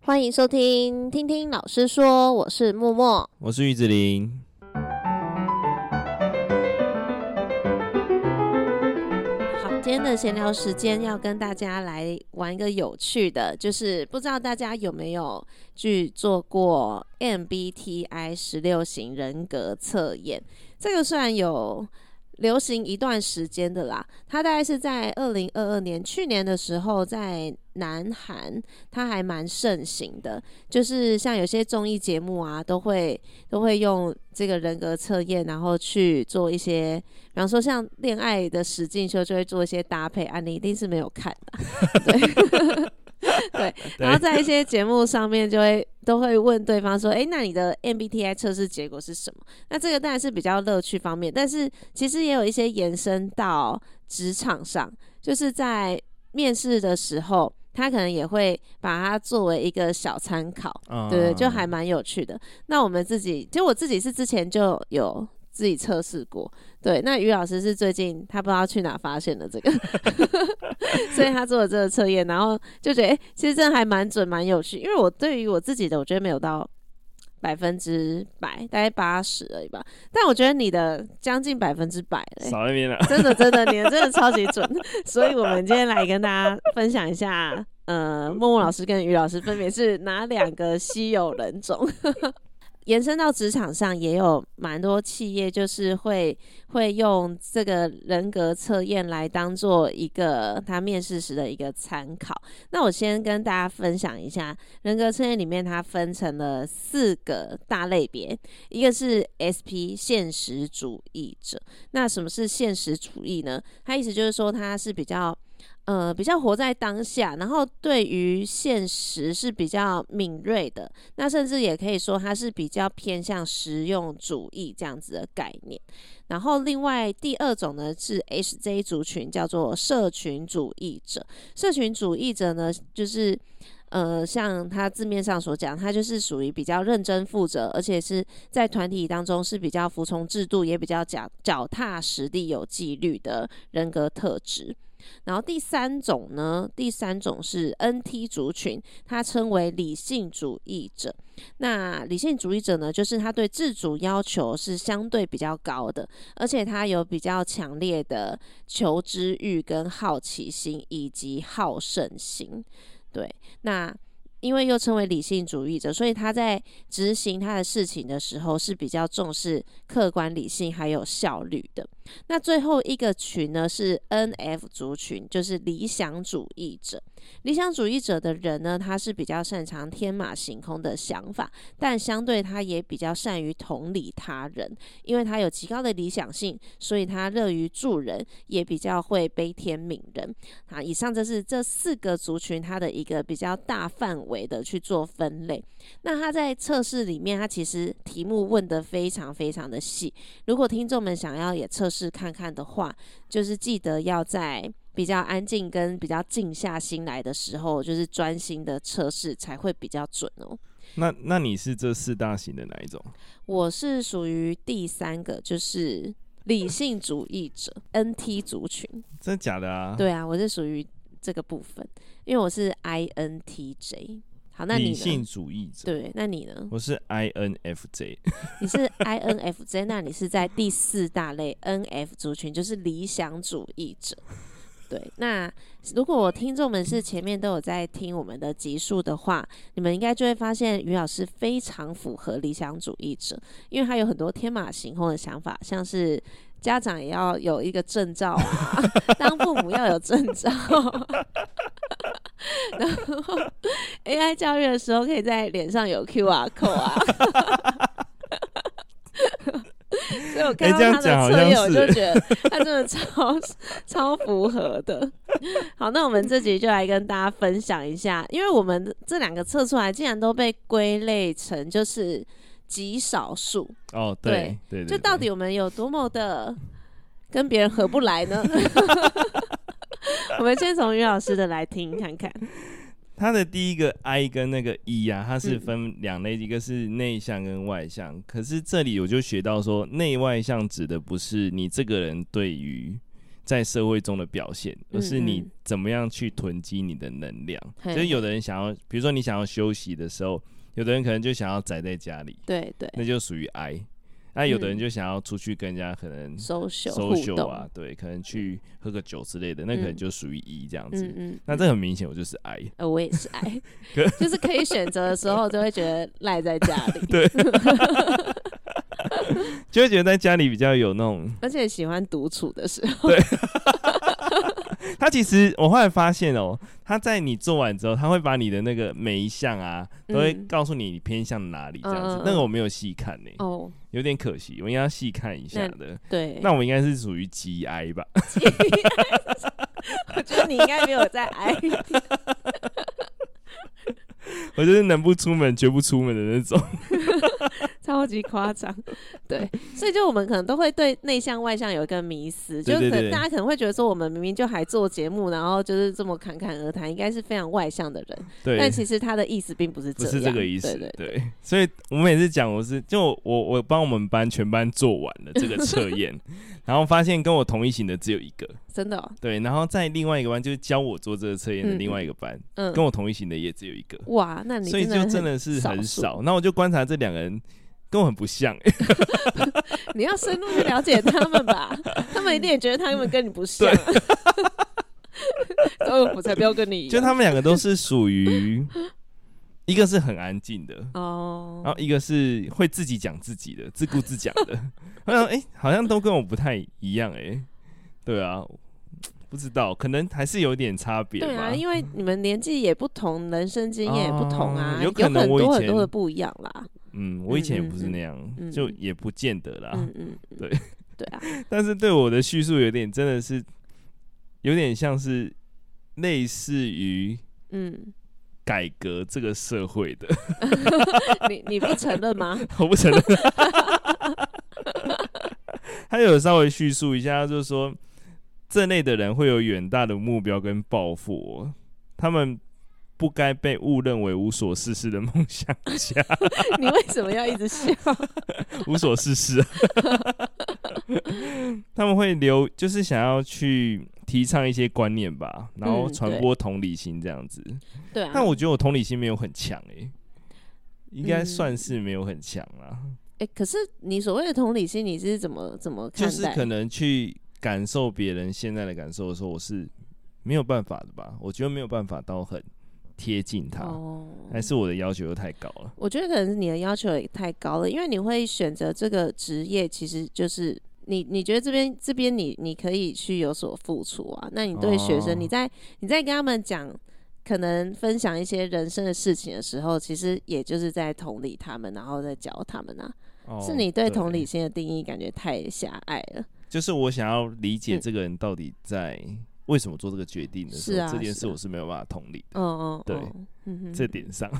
欢迎收听《听听老师说》，我是默默。我是玉子林。好，今天的闲聊时间要跟大家来玩一个有趣的，就是不知道大家有没有去做过 MBTI 十六型人格测验？这个虽然有流行一段时间的啦，它大概是在二零二二年去年的时候，在南韩它还蛮盛行的，就是像有些综艺节目啊，都会都会用这个人格测验，然后去做一些比方说像恋爱的实境秀就会做一些搭配啊，你一定是没有看的啊、对。对，然 后在一些节目上面就会都会问对方说：“哎诶，那你的 MBTI 测试结果是什么？”那这个当然是比较乐趣方面，但是其实也有一些延伸到职场上，就是在面试的时候，他可能也会把它作为一个小参考。嗯对对，就还蛮有趣的。那我们自己，其实我自己是之前就有自己测试过，对。那于老师是最近他不知道去哪发现的这个， 所以他做了这个测验，然后就觉得，哎、其实这还蛮准，蛮有趣。因为我对于我自己的，我觉得没有到。百分之百，大概八十而已吧。但我觉得你的将近百分之百嘞，少一边啊了。真的真的，你的真的超级准。所以我们今天来跟大家分享一下，呃，默默老师跟于老师分别是哪两个稀有人种。 延伸到职场上，也有蛮多企业就是会会用这个人格测验来当做一个他面试时的一个参考。那我先跟大家分享一下，人格测验里面它分成了四个大类别，一个是 SP 现实主义者，那什么是现实主义呢？它意思就是说，它是比较呃比较活在当下，然后对于现实是比较敏锐的。那甚至也可以说，它是比较偏向实用主义这样子的概念。然后另外第二种呢是 HJ 族群，叫做社群主义者。社群主义者呢，就是。呃，像他字面上所讲，他就是属于比较认真负责，而且是在团体当中是比较服从制度，也比较脚脚踏实地、有纪律的人格特质。然后第三种呢，第三种是 NT 族群，它称为理性主义者。那理性主义者呢，就是他对自主要求是相对比较高的，而且他有比较强烈的求知欲、跟好奇心以及好胜心。对，那因为又称为理性主义者，所以他在执行他的事情的时候是比较重视客观、理性还有效率的。那最后一个群呢是 NF 族群，就是理想主义者。理想主义者的人呢，他是比较擅长天马行空的想法，但相对他也比较善于同理他人，因为他有极高的理想性，所以他乐于助人，也比较会悲天悯人。啊，以上这是这四个族群它的一个比较大范围的去做分类。那他在测试里面，他其实题目问的非常非常的细。如果听众们想要也测试看看的话，就是记得要在比较安静跟比较静下心来的时候，就是专心的测试才会比较准哦。那那你是这四大型的哪一种？我是属于第三个，就是理性主义者 NT 族群。真的假的啊？，对啊，我是属于这个部分，因为我是 INTJ。好，那你理呢？性主义者。对，那你呢？我是 INFJ，你是 INFJ，那你是在第四大类 NF 族群，就是理想主义者。对，那如果听众们是前面都有在听我们的集数的话，你们应该就会发现于老师非常符合理想主义者，因为他有很多天马行空的想法，像是家长也要有一个证照啊， 当父母要有证照， 然后 AI 教育的时候可以在脸上有 QR code 啊。 所以我看到这样他讲的好测像验，我是就觉得他真的超 超符合的。好，那我们这集就来跟大家分享一下，因为我们这两个测出来竟然都被归类成就是极少数，哦，对对对，就到底我们有多么的跟别人合不来 呢？我们先从于老师的来听看看。他的第一个 I 跟那个 E 啊，它是嗯分两类，一个是内向跟外向。可是这里我就学到说，内外向指的不是你这个人对于在社会中的表现，而是你嗯嗯怎么样去囤积你的能量。嘿就是有的人想要，比如说你想要休息的时候，有的人可能就想要宅在家里， 对对，那就属于 I。那有的人嗯就想要出去跟人家可能收秀搜互秀动，啊，对，可能去喝个酒之类的，那可能就属于 E 这样子。嗯嗯，那这很明显，我就是 I。呃，我也是爱 可，就是可以选择的时候，就会觉得赖在家里， 对，就会觉得在家里比较有那种。而且喜欢独处的时候，他其实我后来发现哦、他在你做完之后，他会把你的那个每一项啊，都会嗯告诉你偏向哪里这样子。嗯嗯嗯那个我没有细看呢、哦，有点可惜，我应该要细看一下的。对，那我应该是属于 GI 吧？ 我觉得你应该没有在爱，我就是能不出门绝不出门的那种。超级夸张，对，所以就我们可能都会对内向外向有一个迷思，就对可对能对大家可能会觉得说，我们明明就还做节目，然后就是这么侃侃而谈，应该是非常外向的人，对，但其实他的意思并不是不样，是这个意思，对对对所以我每次讲我是就我我帮我们班全班做完了这个测 验，然后发现跟我同一型的只有一个，真的哦、对，然后在另外一个班就是教我做这个测验的嗯另外一个班，嗯，跟我同一型的也只有一个，哇，那嗯你所以就真真的的是很少数少。那我就观察这两个人跟我很不像、欸 很，你要深入去了解他们 吧，他们一定也觉得他们跟你不像、啊。哦，我才不要跟你一就样。他们两个都是属 于一个是很安静的，然哦，后一个是会自己讲自己的，自顾自讲的。 好像哎、好像都跟我不太一样哎、对啊，不知道，可能还是有点差别吧。对啊，因为你们年纪也不同，人生经验也不同啊，哦有有可能很我以多很前多的不一样啦。嗯，我以前也不是那样，嗯嗯就也不见得啦。嗯嗯，嗯啊对 对啊，但是对我的叙述有点，真的是有点像是类似于嗯， 改革这个社会的， 你你不承认吗？我不承认。 他有稍微叙述一下，就是说这类的人会有远大的目标跟抱负哦、他们不该被误认为无所事事的梦想家， 你为什么要一直笑？无所事事、 啊。他们会留，就是想要去提倡一些观念吧，然后嗯传对播同理心这样子。对啊，但我觉得我同理心没有很强诶、应该嗯算是没有很强啦。哎、可是你所谓的同理心，你是怎么怎么看就待？是可能去感受别人现在的感受的时候，我是没有办法的吧？我觉得没有办法到很贴近他，哦，还是我的要求又太高了。我觉得可能是你的要求也太高了，因为你会选择这个职业，其实就是你你觉得这边这边你你可以去有所付出啊。那你对学生，哦你在你在跟他们讲，可能分享一些人生的事情的时候，其实也就是在同理他们，然后再教他们啊。哦是你对同理，心的定义感觉太狭隘了。就是我想要理解嗯这个人到底在为什么做这个决定的时是候，啊这件是事啊我是没有办法同理的。哦哦，对哦，嗯哼这点上，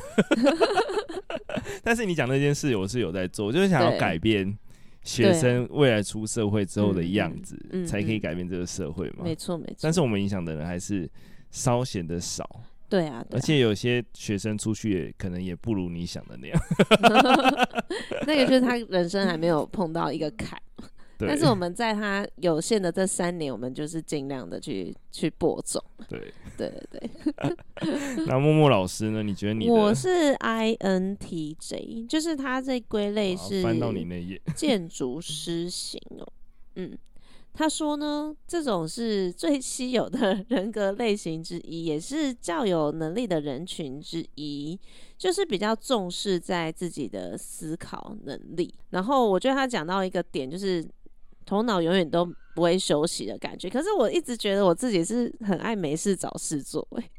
但是你讲那件事，我是有在做，我就是想要对改变学对生未来出社会之后的嗯样嗯子，嗯才可以嗯改变这个社会嘛。没错没错。但是我们影响的人还是稍显得少，对啊，对而啊且有些学生出去也可能也不如你想的 那样。 那个就是他人生还没有碰到一个坎。对，但是我们在他有限的这三年，我们就是尽量的去去播种。对，对对对，那默默老师呢？你觉得你的我是 INTJ，就是他这归类好是啊翻到你那页， 建筑师型哦。嗯，他说呢，这种是最稀有的人格类型之一，也是较有能力的人群之一，就是比较重视在自己的思考能力。然后我觉得他讲到一个点，就是头脑永远都。不会休息的感觉，可是我一直觉得我自己是很爱没事找事做、欸，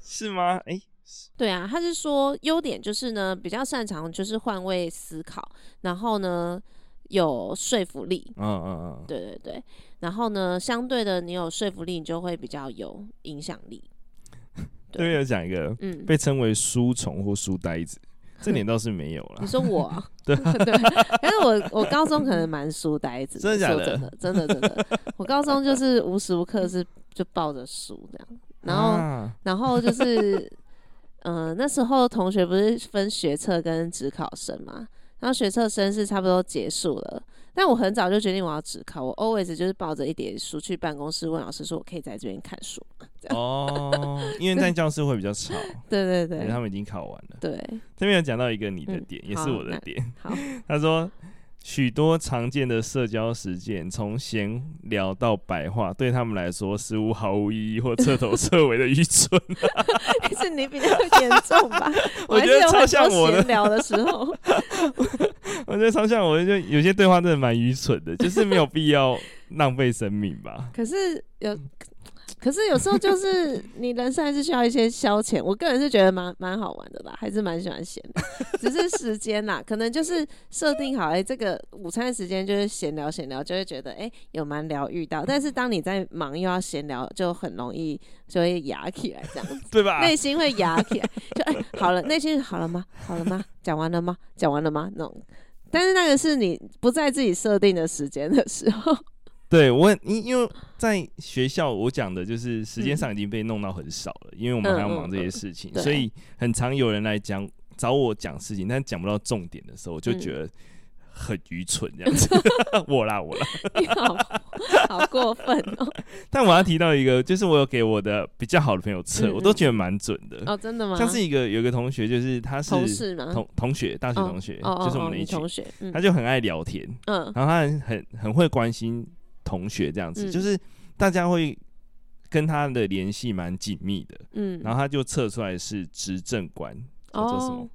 是吗？哎、对啊，他是说优点就是呢，比较擅长就是换位思考，然后呢有说服力，嗯嗯嗯，对对对，然后呢相对的你有说服力，你就会比较有影响力。这边有讲一个嗯，被称为书虫或书呆子，这点倒是没有啦你。说我啊、 对 对，但是我我高中可能蛮书呆子真的假说的真的真的真的，我高中就是无时无刻是就抱着书这样， 然后、啊然后就是，呃，那时候同学不是分学测跟职考生嘛，然后学测生是差不多结束了，但我很早就决定我要只考，我 always 就是抱着一叠书去办公室问老师说，我可以在这边看书吗。这样，哦，因为在教室会比较吵， 对对因为他对们已经考完了。对，这边有讲到一个你的点，嗯也是好我的那点。 好，他说，许多常见的社交实践，从闲聊到白话，对他们来说似乎毫无意义或彻头彻尾的愚蠢。 是你比较严重吧？我还觉是得有超很像我多的闲，聊的时 候，我觉得超像我的，就有些对话真的蛮愚蠢的，就是没有必要浪费生命 吧。可是有，可是有时候就是你人生还是需要一些消遣。我个人是觉得蛮蛮好玩的啦，还是蛮喜欢闲的， 只是时间啦，可能就是设定好，哎、这个午餐时间就是闲聊闲聊，就会觉得哎、有蛮疗愈到。但是当你在忙又要闲聊，就很容易就会哑起来，这样子对吧？内心会哑起来，就哎、好了，内心好了吗？好了吗？讲完了吗？讲完了吗？那种。但是那个是你不在自己设定的时间的时候， 对我很，因因为在学校我讲的就是时间上已经被弄到很少了，因为我们还要忙这些事情，嗯嗯嗯嗯对所以很常有人来讲找我讲事情，但讲不到重点的时候，我就嗯觉得很愚蠢这样子。 我啦我啦，你好好过分哦！但我要提到一个，就是我有给我的比较好的朋友测，嗯嗯我都觉得蛮准的。哦，真的吗？像是一个有一个同学，就是他是同事吗？同同学，大学同学，哦哦就是哦我们的一你群同，学，嗯他就很爱聊天，嗯然后他很很很会关心同学这样子，嗯就是大家会跟他的联系蛮紧密的。嗯，然后他就测出来是执政官，叫做什么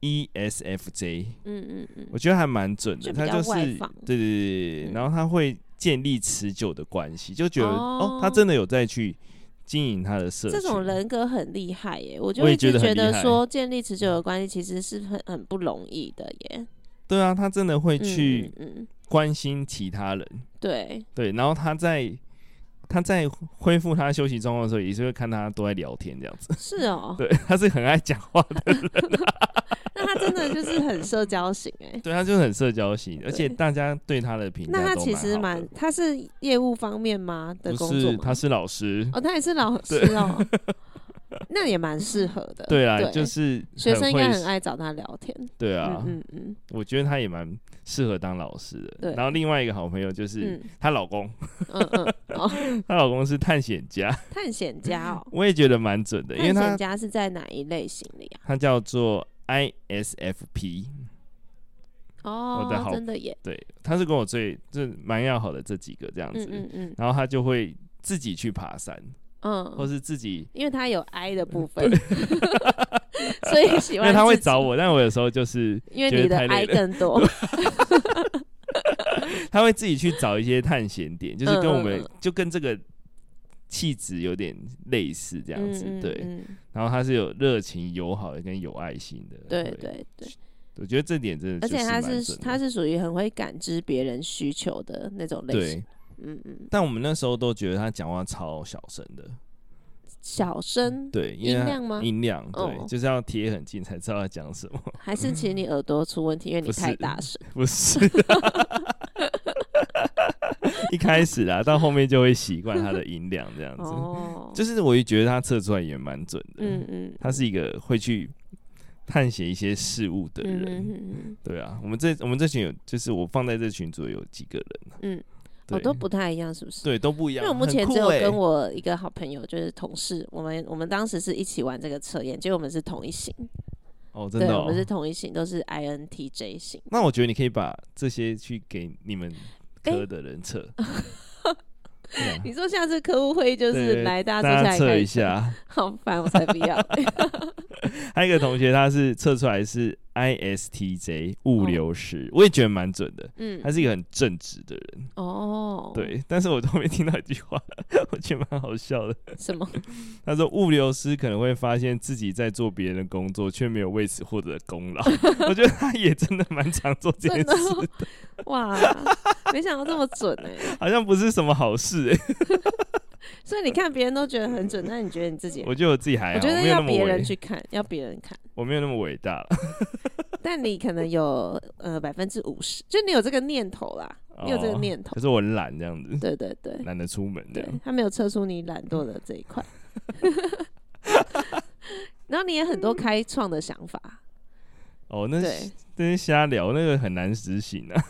？E 哦 ESFJ，嗯嗯嗯，我觉得还蛮准的。就比他较就是外对放对对对对，嗯然后他会建立持久的关系，就觉得哦哦他真的有在去经营他的社群。这种人格很厉害耶！我就我也一直觉得很觉厉得害说建立持久的关系其实是很很不容易的耶。对啊，他真的会嗯去嗯嗯，关心其他人。对，对，然后他在他在恢复他休息状况的时候，也是会看他都在聊天这样子。是哦。 对，他是很爱讲话的，那他真的就是很社交型哎。对，他就很社交型，而且对大家对他的评价那他都其实好的蛮，他是业务方面吗的工不作是，吗？他是老师。哦，他也是老师哦， 那也蛮适合的。对啊，就是学生应该会很爱找他聊天。对啊，嗯嗯我觉得他也蛮适合当老师的。对然后另外一个好朋友就是嗯她老公，嗯嗯嗯，哦，她老公是探险家，探险家 哦，我也觉得蛮准的，因为探险他家是在哪一类型啊的呀？他叫做 ISFP，我的哦好，真的耶，对，他是跟我最这蛮要好的这几个这样嗯子，嗯嗯然后他就会自己去爬山，或嗯，是自己，因为他有 I 的部分，所以喜因欢为他会自己找，我，但我有时候就是因为觉得你的太累 I 了更多，他会自己去找一些探险点，就是跟我们嗯嗯就跟这个气质有点类似这这样子，对。对然后他是有热情、友好的跟有爱心的，对对对，我觉得这点真的而就且他蛮准的，是他是属于很会感知别人需求的那种类型对，。嗯嗯，但我们那时候都觉得他讲话超小声的，小声对，因为音他量吗音量对，哦就是要贴很近才知道他讲什么，还是请你耳朵出问题，因为你不是太大 声。不是。一开始啊，到后面就会习惯他的音量这样子。哦，就是我也觉得他测出来也蛮准的，嗯嗯，他是一个会去探险一些事物的嗯人，嗯对啊，我们这我们这群有就是我放在这群组有几个人、啊， 嗯，对，哦，都不太一样，是不是？对都不一因样，为我目前很酷只有欸跟我一个好朋友，就是同事，我们我们当时是一起玩这个测验，结果我们是同一型，哦真对，的、我们是哦，同一型，都是 INTJ 型。那我觉得你可以把这些去给你们科诶的人 测，对啊你说下次客户会议就对是来大家大坐家下测来一看，下。好烦，我才不 要。还有一个同学他是测出来是 ISTJ 物流哦师，我也觉得蛮准的，嗯他，是一个很正直的人，哦，，对。但是我后面听到一句话， 我觉得蛮好笑的。什么？他说，物流师可能会发现自己在做别人的工作，却没有为此获得 功劳。我觉得他也真的蛮常做这真件的事，哦 哇，没想到这么准哎、 好像不是什么好事哎、所以你看别人都觉得很准，那你觉得你自己？我觉得我自己还好，我觉我得没有要那么别人伟，去看，要别人看。我没有那么伟大了。但你可能有呃百分之五十，就你有这个念头啦，你有这个哦念头， 可是我很懒这样子，对对对懒得出门这对样。，他没有测出你懒惰的这一 块，然后你也很多开创的想法，哦，那对，这些瞎聊那个很难执行 啊。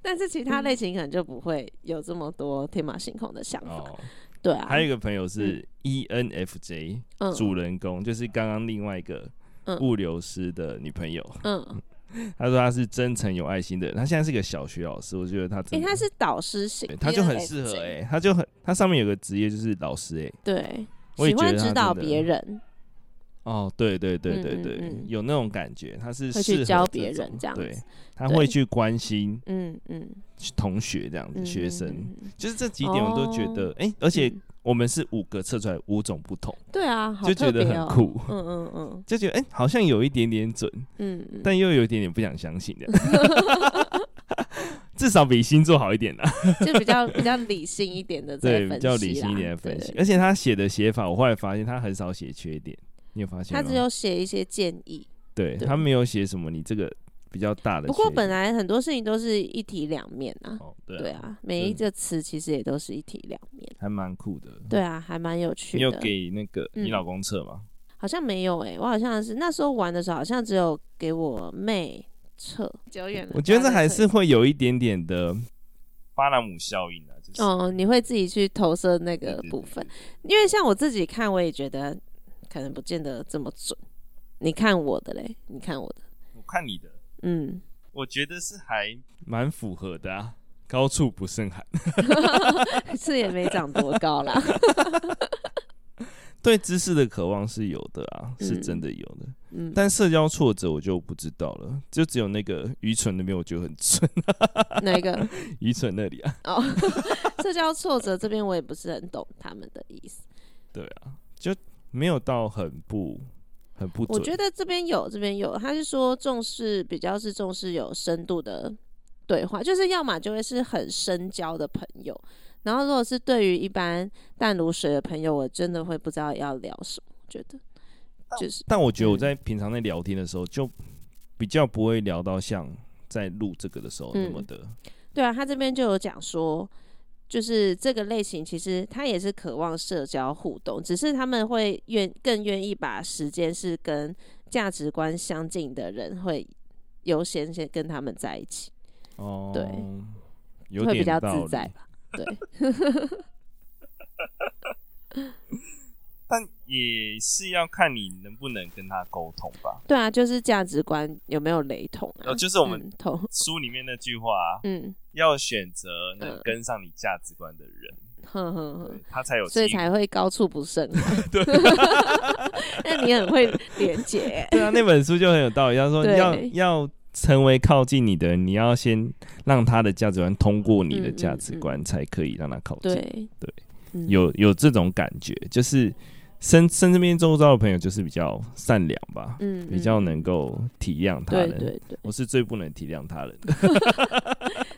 但是其他类型可能就不会有这么多天马行空的想法。哦，对啊，还有一个朋友是 E ENFJ 嗯主人公，就是刚刚另外一个嗯物流师的女朋友。嗯，她说她是真诚有爱心的人，她现在是个小学老师，我觉得她诶、真的，他是 E 导师型对，她就很适合 ENFJ 哎、她就很她上面有个职业就是老师哎、对，我喜也觉得欢他指导真的别人，哦，对对对嗯对嗯对，嗯有那种感觉，她是会适去合教这别人种这样对子，她对会去关心嗯嗯，同学这样子，嗯学嗯生。嗯嗯就是这几点我都觉得，哎、而且嗯我们是五个测出来五种不同，对啊，好就觉特得别很哦，酷，嗯嗯嗯就觉得哎、诶好像有一点点准，嗯嗯，但又有一点点不想相信的。 至少比星座好一点 啦，就比较比较理性一点的在对，分析啦，比较理性一点的分析。对。而且他写的写法，我后来发现他很少写缺点，你有发现他吗？只有写一些建议，对对他没有写什么你这个比较大的缺点。不过本来很多事情都是一体两面啊。哦，对啊对啊，每一个词其实也都是一体两面。还蛮酷的。对啊，还蛮有趣你有的。给那个嗯你老公测吗？好像没有欸诶、我好像是那时候玩的时候，好像只有给我妹测。久远了，我觉得大这家再还测是会有一点点的巴纳姆效应啊，就是哦，你会自己去投射那对个对部对分，因为像我自己看，我也觉得可能不见得这么准。你看我的嘞，你看我的，我看你的，嗯，我觉得是还蛮符合的啊。高处不胜寒， 是也没长多高啦。对知识的渴望是有的啊，是真的有的。嗯，但社交挫折我就不知道了，就只有那个愚蠢那边我觉得很蠢， 哪一个？愚蠢那里啊，哦， 社交挫折这边我也不是很懂他们的意思。对啊，就没有到很不很不我准。觉得这边有，这边有，他是说重视比较是重视有深度的对话，就是要么就会是很深交的朋友，然后如果是对于一般淡如水的朋友，我真的会不知道要聊什么，我觉得就是但我觉得我嗯在平常在聊天的时候，就比较不会聊到像在录这个的时候那么嗯的，对啊，他这边就有讲说，就是这个类型其实他也是渴望社交互动，只是他们会愿更愿意把时间是跟价值观相近的人会优先先跟他们在一起，哦，对，有会点比较道自理在吧。对，但也是要看你能不能跟他沟通吧。对啊，就是价值观有没有雷同啊？呃，就是我们嗯同，书里面那句话、啊，嗯，要选择能嗯跟上你价值观的人，哼哼对哼，他才有所以机会才会高处不胜 寒。 那你很会连接，对啊。那本书就很有道理，他说对要要成为靠近你的人，你要先让他的价值观通过你嗯的嗯价值观，才可以让他靠近。对 对，嗯有有这种感觉，就是身身边周遭的朋友就是比较善良吧，嗯比较嗯能够体谅他对人。对对。我是最不能体谅他人的。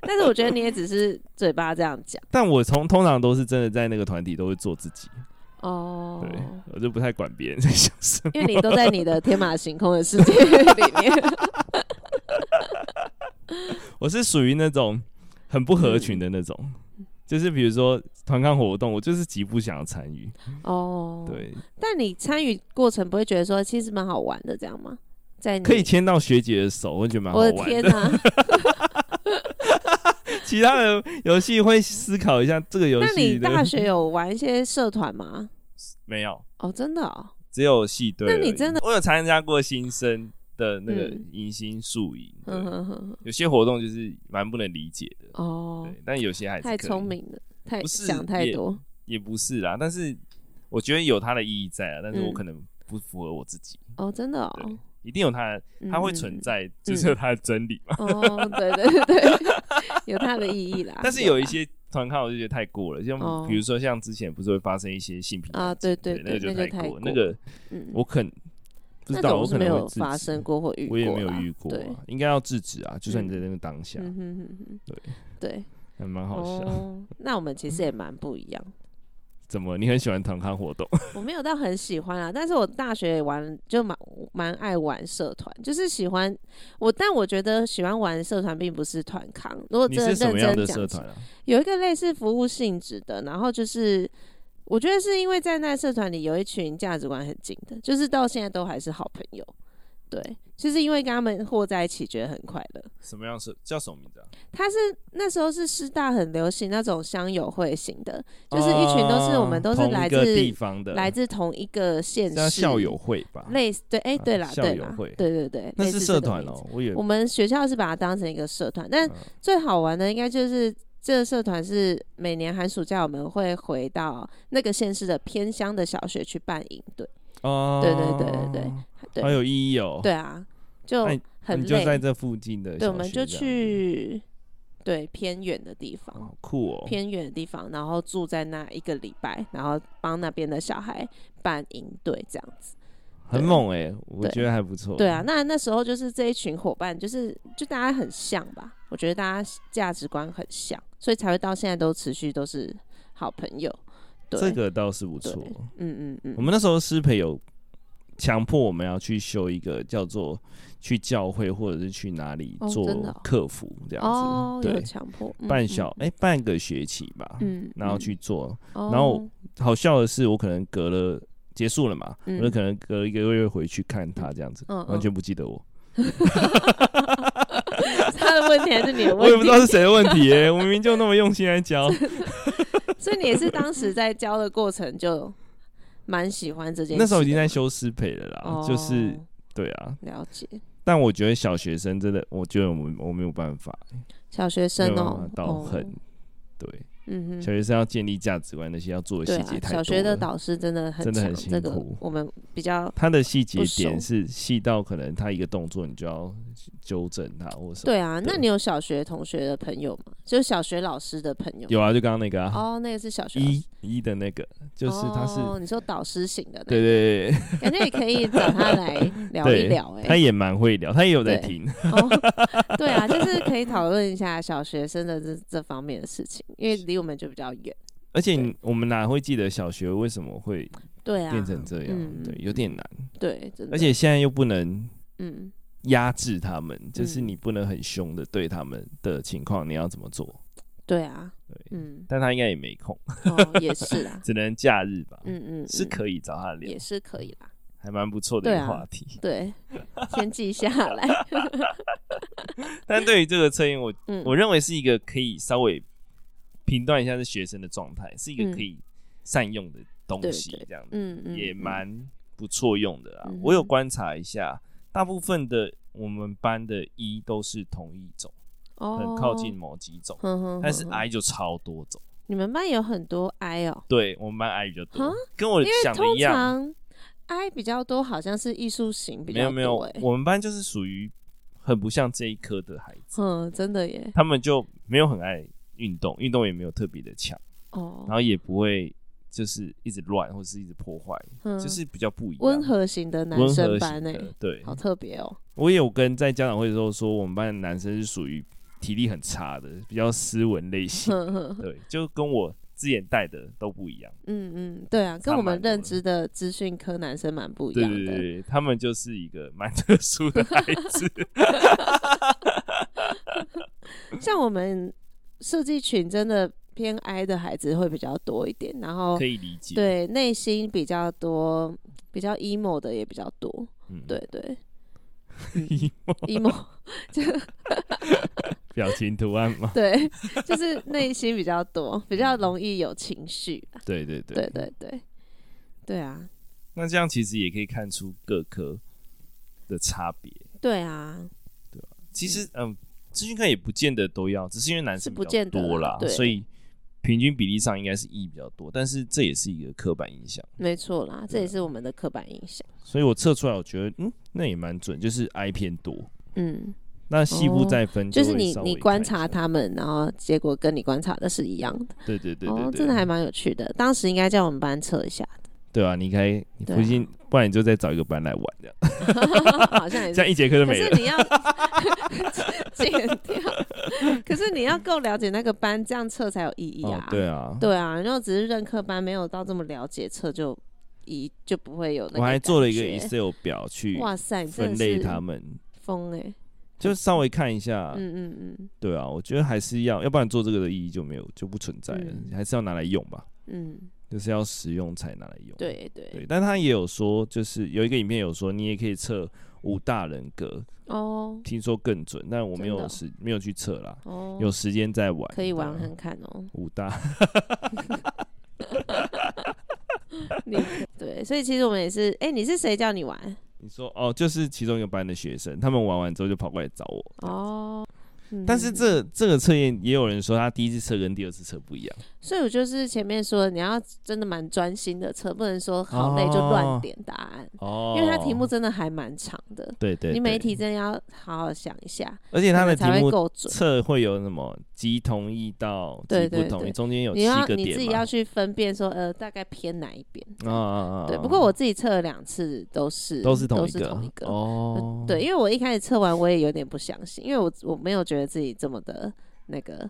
但是我觉得你也只是嘴巴这样讲但我从通常都是真的在那个团体都会做自己，哦对、，我就不太管别人在想什么。因为你都在你的天马行空的世 界里面。我是属于那种很不合群的那种，嗯就是比如说团康活动，我就是极不想要参与。哦，。对，但你参与过程不会觉得说其实蛮好玩的，这样吗？在你可以牵到学姐的手，我觉得蛮好我的玩天的。哪、 其他的游戏会思考一下这个游那戏你的大学有玩一些社团吗？没有，哦，真的哦，只有戏队而已。那你真的我有参加过新生的那个嗯迎新宿营，对嗯哼哼哼，有些活动就是蛮不能理解的，哦，对，但有些还是太可以聪明了，太不是想太也多，也不是啦，但是我觉得有它的意义在啊，但是我嗯可能不符合我自己，哦，真的对哦，一定有它的，它会存嗯。在，就是有它的真理嘛。哦，对对对，有它的意义啦。 但是有一些团康，我就觉得太过了，像啊哦比如说像之前不是会发生一些性平啊，对对那个那就就太过过，，那个嗯我肯不知那道，种我是可没能有会制发止生。过或遇过我啦，也没有遇过对，啊，应该要制止啊！就算你在那个当下，嗯哼哼哼，对，还蛮好笑。 哦，那我们其实也蛮不一样。怎么？你很喜欢团康活动？我没有到很喜欢啊，但是我大学也玩就蛮蛮爱玩社团，就是喜欢我，但我觉得喜欢玩社团并不是团康。如果你真是什认么样真的讲社起团啊？有一个类似服务性质的，然后就是我觉得是因为在那社团里有一群价值观很近的，就是到现在都还是好朋友，对，就是因为跟他们和在一起，觉得很快乐。什么样是叫什么名字啊？他是那时候是师大很流行那种乡友会型的，就是一群都是我们都是哦同一来自个地方的，来自同一个县像市校友会吧？类似对，哎、啊对啦，校对友啦会，对对对，那类是似这社个团名字哦，我以为我们学校是把它当成一个社团，但嗯最好玩的应该就是这个社团是每年寒暑假我们会回到那个县市的偏乡的小学去办营队，哦，对对对对对好有意义哦。对啊，就那你那很你累就，在这附近的小学这对，样子，我们就去对偏远的地哦，方，好酷哦，偏远的地方，然后住在那一个礼拜，然后帮那边的小孩办营队这样子。很对猛哎，我对觉得还不错。对啊，，那那时候就是这一群伙伴，就是就大家很像吧，我觉得大家价值观很像，所以才会到现在都持续都是好朋友。对，这个倒是不对错。嗯嗯我嗯，们那时候师培有强迫我们要去修一个叫做去教会或者是去哪里哦做真的哦客服这样子，哦，有对，强迫半小哎、半个学期吧，嗯，嗯然后，去嗯做。哦、然后好笑的是，我可能隔了结束了嘛，嗯我就可能隔了一个月回去看他这样子，嗯嗯完全不记得我，他的问题还是你的我也问不知道题，是谁的问题欸耶、我明明就那么用心 来教，所以你也是当时在教的过程就蛮喜欢这件事的，那时候已经在修师培了啦，哦就是对啊，了解但我觉得小学生真的，我觉得我们我没有办法，小学没有生办哦法，到哦很、对。嗯小哼。学生要建立价值观，那些要做的对细啊节，太多小了。学的导师真的很真的强很，辛这个苦我们比较他的细节不熟点是细到可能他一个动作你就要纠正他或什么。对啊，那对你有小学同学的朋友吗？就是小学老师的朋友。有啊，就刚刚那个啊，哦，那个是小学老师一一的那个，就是他是哦，你说导师型的那对个，对感觉也可以找他 来聊一对聊 对，他哎、也蛮会聊，他也有在对听。哦， 对啊，就是可以讨论一下小学生的这这方面的事情，因为离我们就比较远。而且你我们哪会记得小学为什么会对啊，变成这样？嗯对，有点难。对，真的。而且现在又不能嗯，压制他们，就是嗯你不能很凶的对他们的情况，你要怎么做？对啊，对嗯，但他应该也没空，，哦，也是啦 只能假日吧。嗯嗯，是嗯可以找他聊也，是可以啦，还蛮不错的一对个啊话题。对，先记下来。但对于这个测 验，我嗯，我认为是一个可以稍微评断一下是学生的状态，是一个嗯可以善用的东对西对，这样子嗯嗯，也嗯蛮不错用的啊嗯。哼我有观察一下，大部分的我们班的一、都是同一种，很靠近，某几种，哦哼哼但是哼 I 就超多种。你们班有很多 I 哦，对我们班 I 比较多啊，跟我因为想的通一样。常 I 比较多，好像是艺术型比没较有多、欸。没有，我们班就是属于很不像这一科的孩子。嗯，真的耶。他们就没有很爱运动，运动也没有特别的强，哦然，后也不会就是一直乱或是一直破坏，嗯就是比较不一样。温和型的男温生和班型哎、的，对，好特别哦。我也有跟在家长会的时候说，我们班的男生是属于体力很差的，比较斯文类型，哼哼对，就跟我之前带的都不一样。嗯嗯，对啊，差跟我们蛮多认的知的资讯科男生蛮不一对样对的。对对，他们就是一个蛮 特殊的孩 子，像我们设计群真的偏 I 的孩子会比较多一点，然后可以理解。，对内心比较多，比较 emo 的也比较多。嗯， 对嗯对 emo ，emo 表情图案 嘛，对，就是内心比较多，比较容易有情绪吧。对对对嗯对对对，对啊，那这样其实也可以看出各科的差别。对啊，其实嗯，资讯课也不见得都要，只是因为男生是不比较见得多啦啦，对所以平均比例上应该是 E 比较多，但是这也是一个刻板印象。没错啦，这对也啊是我们的刻板印象。所以我测出来，我觉得嗯，那也蛮准，就是 I 偏多。嗯，那细部再分就是会你稍微你看观一下察，他们，然后结果跟你观察的是一样的。对对对对对，嗯哦，真的还蛮有趣的。当时应该叫我们班测一下，对啊，你应该你对不信，不然你就再找一个班来玩这样，好像也这是。样一节课就可没是了。你要 剪掉， 可是你要够了解那个班，这样测才有意义 哦啊。，对啊，对啊，然后只是认课班没有到这么了解测，就一就不会有那个我还做了一个感觉 Excel 表去哇塞，你真的分类是他们，啊疯哎、就稍微看一下，嗯嗯嗯对啊，我觉得还是要，要不然做这个的意义就没有就不存在了，嗯还是要拿来用吧，嗯，就是要实用才拿来用。对对对，但他也有说，就是有一个影片有说，你也可以测五大人格，哦听说更准，但我没真的有哦时、没有去测啦，哦，有时间再玩，可以玩对啊看看哦。五大， 你对，所以其实我们也是，哎、你是谁叫你玩？你说哦，就是其中一个班的学生，他们玩完之后就跑过来找我，哦，嗯但是，这这个测验也有人说他第一次测跟第二次测不一样，所以我就是前面说的，你要真的蛮专心的测，不能说好累就乱点答案，哦，因为它题目真的还蛮长的，对对你每一对题真的要好好想一下，而且可他的能题才会目够准。测会有什么即同意到对即不对同意，对中间有你七要个你自己点要嘛，去分辨说，呃，大概偏哪一边。啊啊啊，对，啊不过我自己测了两次，都是都是同都一是个同一个。呃哦，对，因为我一开始测完，我也有点不相信，因为我我没有觉得自己这么的那个，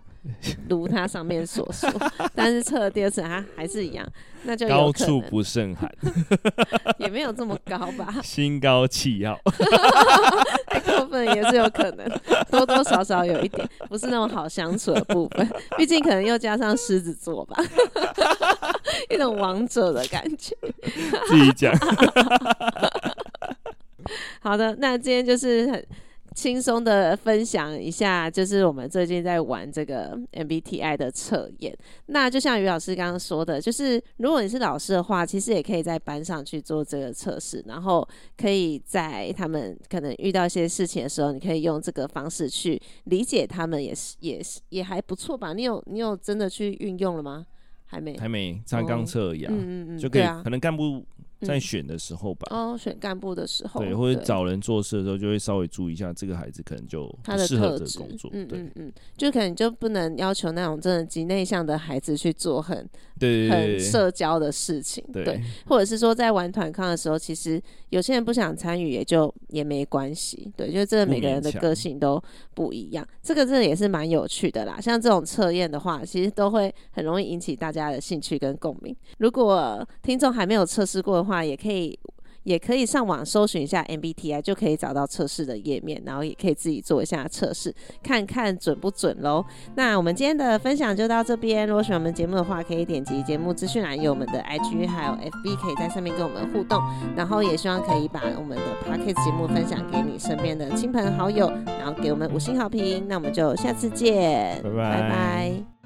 如它上面所 说。但是测了第二次，它还是一样，那就有高可处能不胜 寒，，也没有这么高吧心高气 傲，太过分也是有可能， 多多少少有一点，不是那种好相处的部分。毕竟可能又加上狮子座吧， 一种王者的感觉。自己讲。 好的，那今天就是很轻松的分享一下，就是我们最近在玩这个 MBTI 的测验。那就像于老师刚刚说的，就是如果你是老师的话，其实也可以在班上去做这个测试，然后可以在他们可能遇到一些事情的时候，你可以用这个方式去理解他们，也是也是也还不错吧？你有你有真的去运用了吗？还没。还没，他刚测而已啊，嗯嗯嗯，就可对以、啊可能干部在嗯选的时候吧，哦，选干部的时候，对，或者找人做事的时候，就会稍微注意一下这个孩子可能就他不的适合特这质个工作，，嗯对嗯嗯，就可能就不能要求那种真的极内向的孩子去做很对很对对社交的事情，对对，或者是说在玩团康的时候，其实有些人不想参与也就也没关系，对，就是这不每个勉人的强个性都不一样，这个真的也是蛮有趣的啦。像这种测验的话，其实都会很容易引起大家的兴趣跟共鸣。如果听众还没有测试过的话，也可以。也可以上网搜寻一下 MBTI，就可以找到测试的页面，然后也可以自己做一下测试，看看准不准喽。那我们今天的分享就到这边。如果喜欢我们节目的话，可以点击节目资讯栏有我们的 IG 还有 FB，可以在上面跟我们互动。然后也希望可以把我们的 Podcast 节目分享给你身边的亲朋好友，然后给我们五星好评。那我们就下次见，拜拜拜拜